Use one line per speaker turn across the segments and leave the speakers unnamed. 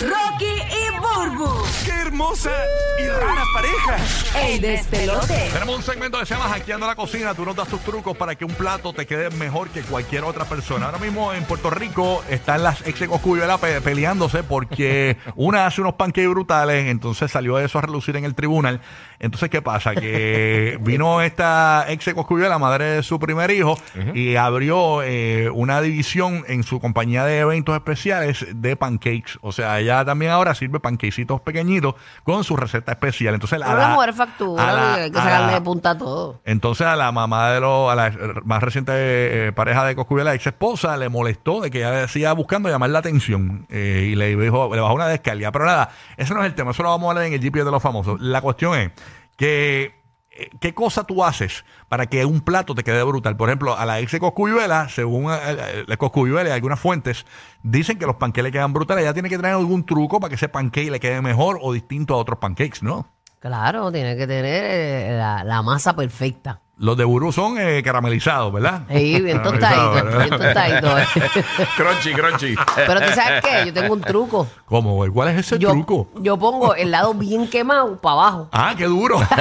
Rocky y Burbu.
¡Qué hermosa y rara pareja!
El despelote.
Tenemos un segmento que se llama Hackeando la cocina. Tú nos das tus trucos para que un plato te quede mejor que cualquier otra persona. Ahora mismo en Puerto Rico están las ex ecoscuyuelas pe- peleándose porque una hace unos panqueques brutales, entonces salió eso a relucir en el tribunal. Entonces, ¿qué pasa? Que vino esta ex ecoscuyuela, la madre de su primer hijo, y abrió eh, una división en su compañía de eventos especiales de pancakes. O sea, ella también ahora sirve panquecitos pequeñitos con su receta especial. Entonces, a
Una
la-
mujer
a la-
factura, hay que
a la-
sacarle de punta a todo.
entonces a la mamá de los, a la eh, más reciente eh, pareja de Coscuyo, la ex esposa, le molestó de que ella decía buscando llamar la atención eh, y le dijo, le bajó una descarga. Pero nada, ese no es el tema, eso lo vamos a hablar en el GPS de los famosos. La cuestión es que eh, ¿Qué cosa tú haces para que un plato te quede brutal? Por ejemplo, a la ex de Coscuyuela, según eh, eh, la Coscuyuela y algunas fuentes, dicen que los panqueques le quedan brutales. Ella tiene que tener algún truco para que ese pancake le quede mejor o distinto a otros pancakes, ¿no?
Claro, tiene que tener eh, la, la masa perfecta.
Los de Burú son eh, caramelizados, ¿verdad?
Ahí, bien
Caramelizados,
tostadito, bien
¿verdad?
tostadito. eh.
Crunchy, crunchy.
Pero tú sabes qué, yo tengo un truco.
¿Cómo, güey? ¿Cuál es ese
yo,
truco?
yo pongo el lado bien quemado para abajo.
Ah, qué duro.
Este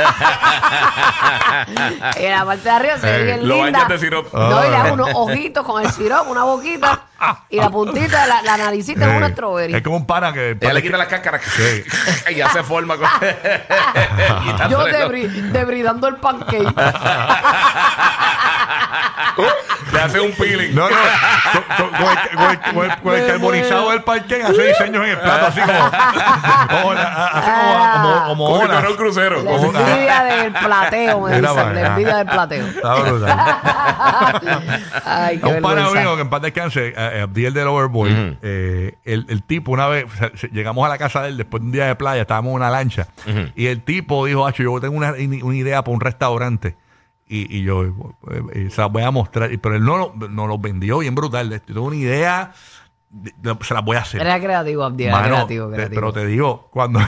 Y la parte de arriba se ve
Eh,
bien
lo
linda.
bañas de sirope.
No, y le
Ah.
hago unos ojitos con el sirope, una boquita y la puntita, de la, la naricita es
Eh,
una strawberry.
es como un pana que.
Ella le quita las cáscaras.
Sí.
y ya se forma con. quitándole
Yo
los-
debri- debridando el pancake.
Le hace un peeling.
No, no. Con, con- con el, con el- con el- con el
Me
carbonizado
muero.
del parque hace diseños en el plato, así como. como la- a- así como-
Ah.
como, como,
Como si
olas.
fuera un crucero.
La
Como-
envidia del plateo, me
Mira para
dicen. La
acá.
envidia del plateo.
Está brutal.
Ay,
A
qué
un pana
vergüenza.
mío que en paz descanse, eh, Abdiel del Overboy, eh, el, el tipo una vez, o sea, se- llegamos a la casa de él después de un día de playa, estábamos en una lancha, y el tipo dijo, Acho, yo tengo una, in- una idea para un restaurante. Y, y yo eh, eh, se las voy a mostrar, Y- pero él no, lo- no los vendió bien brutal. Yo tengo una idea, de- de- se las voy a hacer.
Era creativo, Abdiel, era
Mano,
creativo,
te-
creativo.
Pero te digo, cuando.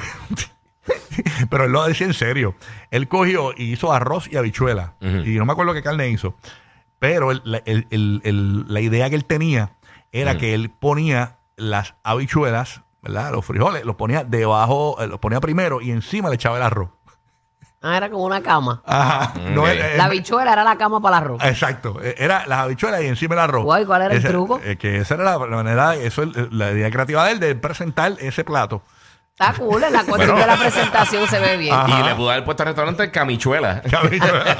pero él lo decía en serio. Él cogió y hizo arroz y habichuela. Y no me acuerdo qué carne hizo. Pero el- la, el- el- el- la idea que él tenía era que él ponía las habichuelas, ¿verdad? Los frijoles, los ponía debajo, eh, los ponía primero y encima le echaba el arroz.
Ah, era como una cama.
Ajá. No,
Ok.
él- él-
La bichuela era la cama para la ropa.
Exacto, Eh, era las habichuelas y encima el arroz.
Guay, ¿cuál era el
Ese-
truco?
eh, que esa era la, la manera, eso es eh, la idea creativa de él de presentar ese plato.
Está cool, en la cuestión de la presentación se ve bien.
Ah,
Y le pudo haber puesto al restaurante camichuela.
Camichuela.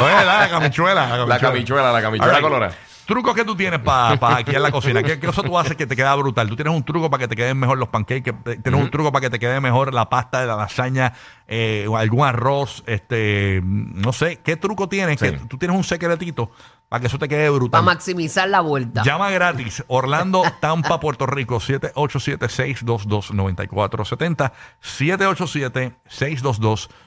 Oye, la camichuela.
La camichuela, la camichuela
Alright.
colorada.
Trucos que tú tienes para aquí en la cocina. ¿Qué, qué cosa tú haces que te queda brutal? Tú tienes un truco para que te queden mejor los pancakes. que te- Tienes un truco para que te quede mejor la pasta de la lasaña, eh, o algún arroz, este, no sé. ¿Qué truco tienes? Que tú tienes un secretito para que eso te quede
Para
brutal.
maximizar la vuelta.
Llama gratis. Orlando, Tampa, Puerto Rico, 787-622-9470.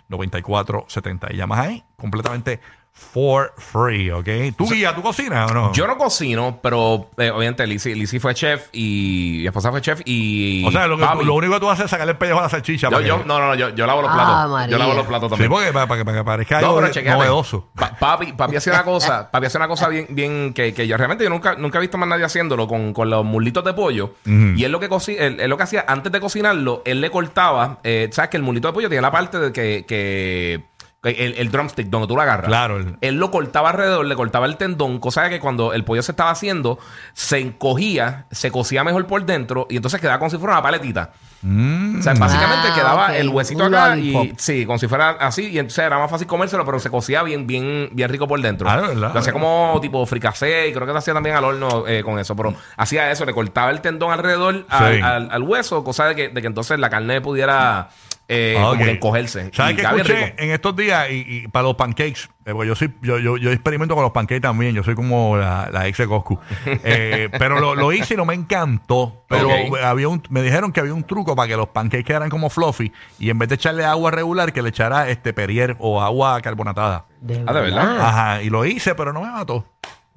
787-622-9470. Y llamas ahí completamente for free, ¿ok? ¿Tú guía, tú cocinas o no?
Yo no cocino, pero eh, obviamente Lizzy, Lizzy fue chef y mi esposa fue chef y.
o sea, lo, que-
papi.
lo único que tú haces es sacarle el pellejo a la salchicha.
Yo,
para
yo-
que-
no, no, no, yo, yo lavo los
Ah,
platos.
María.
yo lavo los platos
Sí,
también.
porque para, para que- para que parezca
No,
algo
pero
de-
chequéate.
novedoso.
Pa- papi, papi hacía una cosa, papi hacía una cosa bien, bien que, que yo realmente yo nunca, nunca he visto más nadie haciéndolo con, con los mulitos de pollo. Y él lo que coci- él, él lo que hacía antes de cocinarlo, él le cortaba, eh, sabes que el mulito de pollo tiene la parte de que, que El, el drumstick, donde tú lo agarras.
Claro, el-
Él lo cortaba alrededor, le cortaba el tendón, cosa de que cuando el pollo se estaba haciendo, se encogía, se cocía mejor por dentro y entonces quedaba como si fuera una paletita.
Mm.
O sea, básicamente
Ah,
quedaba
ok.
el huesito
Un
acá y
lollipop.
sí, como si fuera así y entonces era más fácil comérselo, pero se cocía bien, bien, bien rico por dentro.
Ah, de verdad.
Lo hacía como tipo fricasé y creo que lo hacía también al horno eh, con eso, pero hacía eso, le cortaba el tendón alrededor al,
Mm. Sí.
al- al hueso, cosa de que, de que entonces la carne pudiera eh, como
Ah, Ok.
que encogerse.
¿Sabes
Y
qué
queda bien
escuché
rico.
en estos días? Y, y para los pancakes, eh, porque yo, soy, yo, yo, yo experimento con los pancakes también. Yo soy como la, la ex de Coscu. Eh, pero lo, lo hice y no me encantó. Pero
Ok.
había un, me dijeron que había un truco para que los pancakes quedaran como fluffy. Y en vez de echarle agua regular, que le echara este Perrier o agua carbonatada.
Ah, de verdad.
Ajá. Y lo hice, pero no me mató.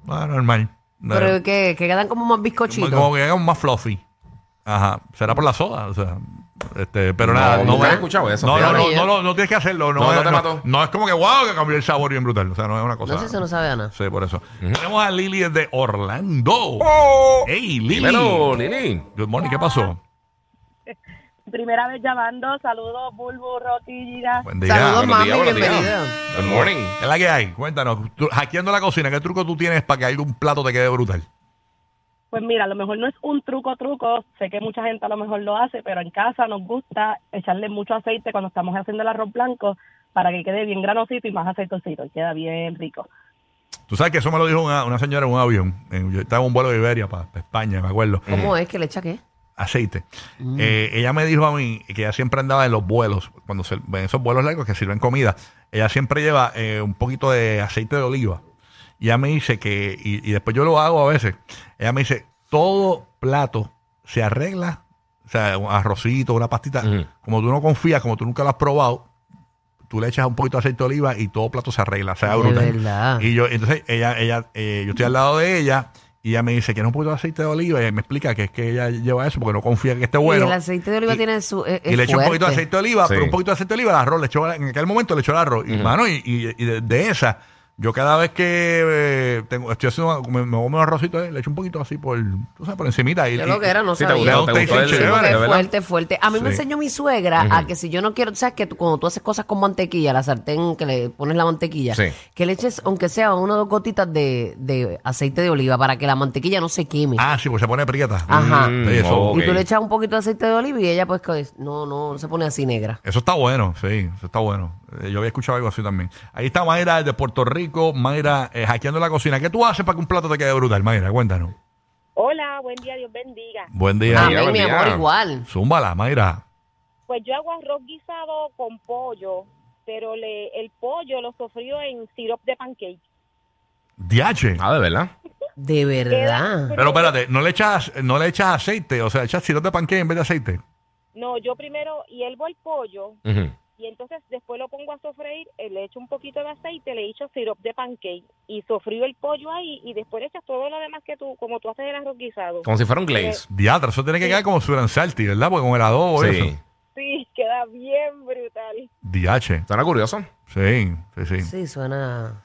Ah, normal. No,
Pero que, que quedan como más
como-
bizcochitos.
como que hagan más fluffy. Ajá. Será por la soda. O sea, este, pero nada, no
nunca
va-
he escuchado eso.
No, no,
fíjate.
no, no, no, no tienes que hacerlo. No,
No, no
es-
te mató.
no es como que wow, que cambió el sabor bien brutal. O sea, no es una cosa.
No sé si se no sabe a nada.
Sí, por eso. Tenemos a Lili desde Orlando. ¡Hey, Lili!
Dímelo, Ah, Lili.
Good morning, ¿qué pasó?
Primera vez llamando, saludos Bulbu, Rocky, Giga.
Buen día.
Saludos,
buenos
mami,
días, buenos días.
bienvenida.
Good morning.
¿Qué es la que hay? Cuéntanos. Tú, hackeando la cocina, ¿qué truco tú tienes para que algún plato te quede brutal?
Pues mira, a lo mejor no es un truco, truco, sé que mucha gente a lo mejor lo hace, pero en casa nos gusta echarle mucho aceite cuando estamos haciendo el arroz blanco para que quede bien granosito y más aceitosito, y queda bien rico.
Tú sabes que eso me lo dijo una, una señora en un avión. En- yo estaba en un vuelo de Iberia para España, me acuerdo.
¿Cómo es que le echa qué?
aceite. Eh, ella me dijo a mí que ella siempre andaba en los vuelos, cuando se, en esos vuelos largos que sirven comida, ella siempre lleva eh, un poquito de aceite de oliva. Y ella me dice que, y, y después yo lo hago a veces, ella me dice, todo plato se arregla, o sea, un arrocito, una pastita,
Ujú.
como tú no confías, como tú nunca lo has probado, tú le echas un poquito de aceite de oliva y todo plato se arregla, se
De
brutal.
verdad.
Y yo, entonces, ella, ella, eh, yo estoy al lado de ella y ella me dice que no puedo aceite de oliva y me explica que es que ella lleva eso porque no confía que esté bueno.
y el aceite de oliva
Y-
tiene su. e, Es,
y le echó un poquito de aceite de oliva,
Sí.
pero un poquito de aceite de oliva al arroz. Le echó, en aquel momento le echó el arroz. Y, mano, y, y- y de, de esa, yo cada vez que eh, tengo, estoy haciendo, me, me como un arrocito, eh, le echo un poquito así por, tú sabes, por encimita. Y,
Yo lo que era, no
Sí, te
sabía.
gustó, te gustó el-
Sí, porque
chévere,
es
¿verdad?
fuerte, fuerte. A mí me
Sí.
enseñó mi suegra a que si yo no quiero, sabes que tú, cuando tú haces cosas con mantequilla, la sartén que le pones la mantequilla,
Sí.
que le eches aunque sea una o dos gotitas de, de aceite de oliva para que la mantequilla no se queme.
Ah, sí, pues se pone prieta.
Ajá.
Sí, eso,
ok.
Y tú le echas un poquito de aceite de oliva y ella pues que no, no, no se pone así negra.
Eso está bueno, sí, eso está bueno. Eh, yo había escuchado algo así también. Ahí está Mayra de Puerto Rico, Mayra eh, hackeando la cocina. ¿Qué tú haces para que un plato te quede brutal, Mayra? Cuéntanos.
Hola, buen día, Dios bendiga.
Buen día.
Ah,
Amén, mi
buen día.
amor, igual.
Zúmbala, Mayra.
Pues yo hago arroz guisado con pollo, pero le, el pollo lo sofrío en sirope de pancake.
Diache.
Ah, de verdad.
De verdad.
Pero espérate, no le echas, no le echas aceite, o sea, echas sirope de panqueque en vez de aceite.
No, yo primero hiervo el pollo
Ujú.
y entonces después lo pongo a sofreír, eh, le echo un poquito de aceite, le echo sirope de pancake y sofrío el pollo ahí y después le echas todo lo demás que tú, como tú haces el arroz guisado.
Como si fuera un glaze.
Diatra, eso tiene que quedar como suransalti, ¿verdad? Porque con el adobo y
Sí.
Oh, eso.
Sí, queda bien brutal.
Diache.
Suena curioso.
Sí, sí, sí,
Sí, suena.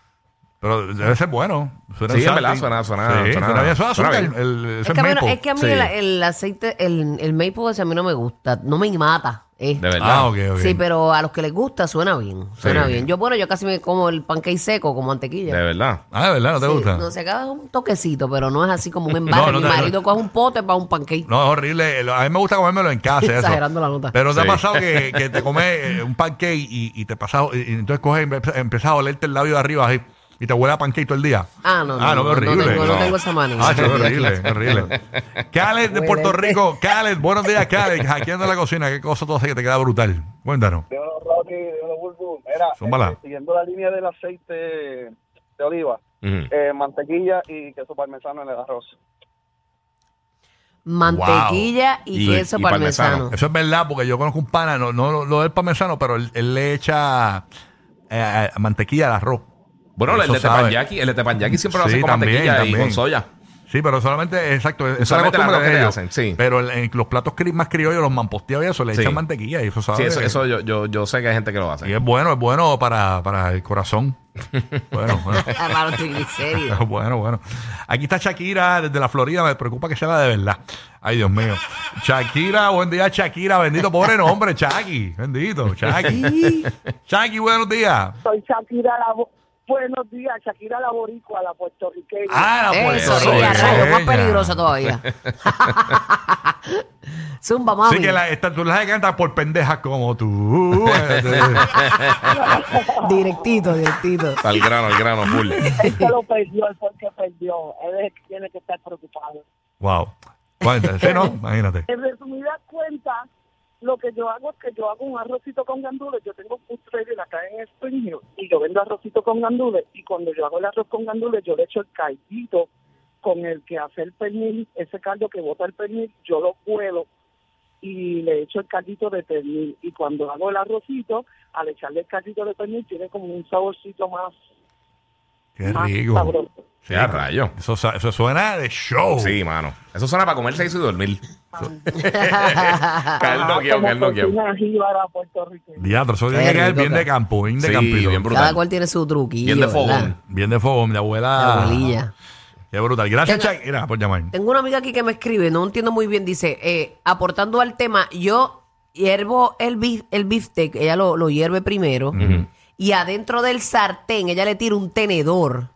Pero debe ser bueno. Suena
Sí, en
salty.
verdad, suena- suena-
Sí,
suena-
bien. Suena azúcar,
suena bien.
el- el-
Es
eso
que, a mí no-
maple.
es que a mí
Sí.
el, el aceite, el, el maple ese a mí no me gusta, no me mata. eh.
De verdad.
Ah, ok, ok.
Sí, pero a los que les gusta suena bien, suena
Sí.
bien. Yo, bueno, yo casi me como el pancake seco con
De
mantequilla.
verdad.
Ah, ¿de verdad? ¿No te
Sí,
gusta?
No se acaba un toquecito, pero no es así como un embarre.
No, no
Mi
te-
marido
no.
coge un pote para un pancake.
No, es horrible. Eh, lo- A mí me gusta comérmelo en casa. eso.
Exagerando la nota.
Pero ¿no te
Sí.
ha pasado que, que te comes eh, un pancake y, y te pasas, y, y entonces coges, empe- empiezas a olerte el labio de arriba así, y te huele a pancake todo el día?
Ah, no, no,
Ah, no,
no,
qué
no
horrible.
tengo- no tengo esa manía.
Ah, qué horrible, qué horrible. Khaled de Puerto Rico. Khaled, buenos días, Khaled. Hackeando la cocina, qué cosa tú haces que te queda brutal. Cuéntanos.
Dímelo, Rocky, dímelo, Bulbu. Mira,
Zúmbala.
este, siguiendo la línea del aceite de oliva,
Ujú.
eh, mantequilla y queso parmesano en el arroz.
Mantequilla y,
Y-
queso
y
parmesano.
parmesano.
Eso es verdad, porque yo conozco un pana, no, no lo- lo del parmesano, pero él, él le echa eh, mantequilla al arroz.
Bueno, el
Eso
de
sabe.
teppanyaki, el de teppanyaki siempre lo
Sí,
hacen con
también,
mantequilla y
también.
con soya.
Sí, pero solamente, exacto, esa es la
Solamente la
costumbre
roca
de
que
ellos.
hacen, sí.
Pero el- en los platos cri- más criollos, los mamposteados y eso, le
Sí.
echan mantequilla y eso sabe.
Sí, eso, eso yo, yo, yo sé que hay gente que lo
Y
hace.
es bueno, es bueno para, para el corazón. bueno, bueno.
Para los triglicéridos.
Bueno, bueno. Aquí está Shakira desde la Florida. Me preocupa que sea la de verdad. Ay, Dios mío. Shakira, buen día, Shakira. Bendito, pobre nombre, Chucky. Bendito, Chucky. Chucky, buenos días.
Soy Shakira la Bo- Buenos días, Shakira la boricua, la puertorriqueña.
Ah, la
Eso,
Eso,
ella,
ella.
rayo, más peligrosa todavía. Zumba, mami.
Sí, que la, esta, tú la cantas por pendejas como tú. Este,
Directito, directito.
Al grano, al grano, full.
Él se lo perdió, él fue el que perdió. Él es el que tiene que estar preocupado.
wow. Cuenta, sí, ¿no? Imagínate.
En resumidas cuentas, lo que yo hago es que yo hago un arrocito con gandules. Yo tengo un trailer acá en Spring Hill y yo vendo arrocito con gandules. Y cuando yo hago el arroz con gandules, yo le echo el caldito con el que hace el pernil, ese caldo que bota el pernil, yo lo cuelo y le echo el caldito de pernil. Y cuando hago el arrocito, al echarle el caldito de pernil, tiene como un saborcito más,
Qué
más
rico.
sabroso.
Sí, a rayo.
Eso, sa- eso suena de show.
Sí, mano. Eso suena para comerse eso y dormir.
Ajá,
Caldo guión,
como
caldo guión.
cocina jíbara puertorriqueña.
Diablo, eso tiene
Qué
que caer
rico,
bien de
claro.
campo, bien de
Sí,
campito.
bien brutal.
Cada cual tiene su truquillo.
Bien de
¿verdad?
fogón.
Bien Ah. de fuego, mi
La
abuela.
bolilla.
Qué brutal. Gracias,
Tengo-
Shakira, por llamar.
Tengo una amiga aquí que me escribe, no entiendo muy bien, dice, eh, aportando al tema, yo hiervo el, bif- el beefsteak, ella lo, lo hierve primero, y adentro del sartén ella le tira un tenedor.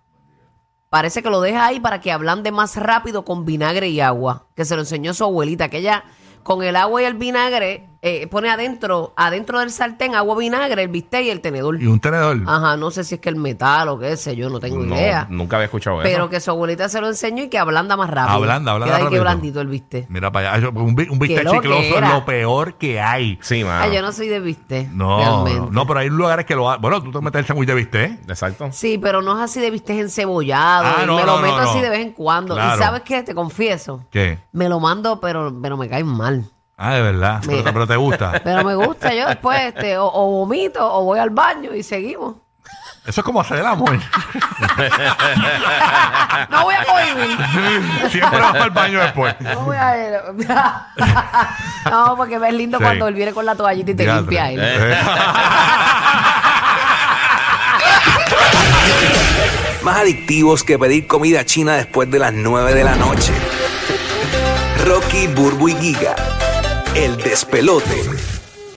Parece que lo deja ahí para que ablande más rápido con vinagre y agua, que se lo enseñó su abuelita, que ella con el agua y el vinagre eh, pone adentro, adentro del sartén agua, vinagre, el bistec y el tenedor.
Y un tenedor.
Ajá, no sé si es que el metal o qué sé yo, no tengo
No,
idea.
nunca había escuchado
Pero
eso.
que su abuelita se lo enseñó y que ablanda más rápido.
Ablanda, ablanda
Queda ahí que
rápido.
blandito el viste.
Mira para allá. Eso, Un, bi- un bistec
lo que
chicloso es
era.
lo peor que hay.
Sí, mano.
Ay, Ah, yo no soy de viste.
Ah. No,
realmente.
no, no, pero hay lugares que lo ha- Bueno, tú te metes el sándwich de bistec. ¿eh?
Exacto.
Sí, pero no es así de viste encebollado.
Ah,
y
no,
me
no,
lo
no,
meto
no.
así de vez en cuando.
Claro.
Y sabes qué, te confieso.
¿Qué?
Me lo mando, pero, pero me caen mal.
Ah, de verdad. Pero,
Mira.
pero te gusta.
Pero me gusta yo después, este, o, o vomito, o voy al baño y seguimos.
Eso es como hacer el amor.
No voy a cohibir.
Siempre vas al baño después.
No voy a No, porque es lindo
Sí.
cuando él viene con la toallita y te
Diantre.
limpia él.
Eh.
Más adictivos que pedir comida china después de las 9 de la noche. Rocky, Burbu y Giga. El despelote.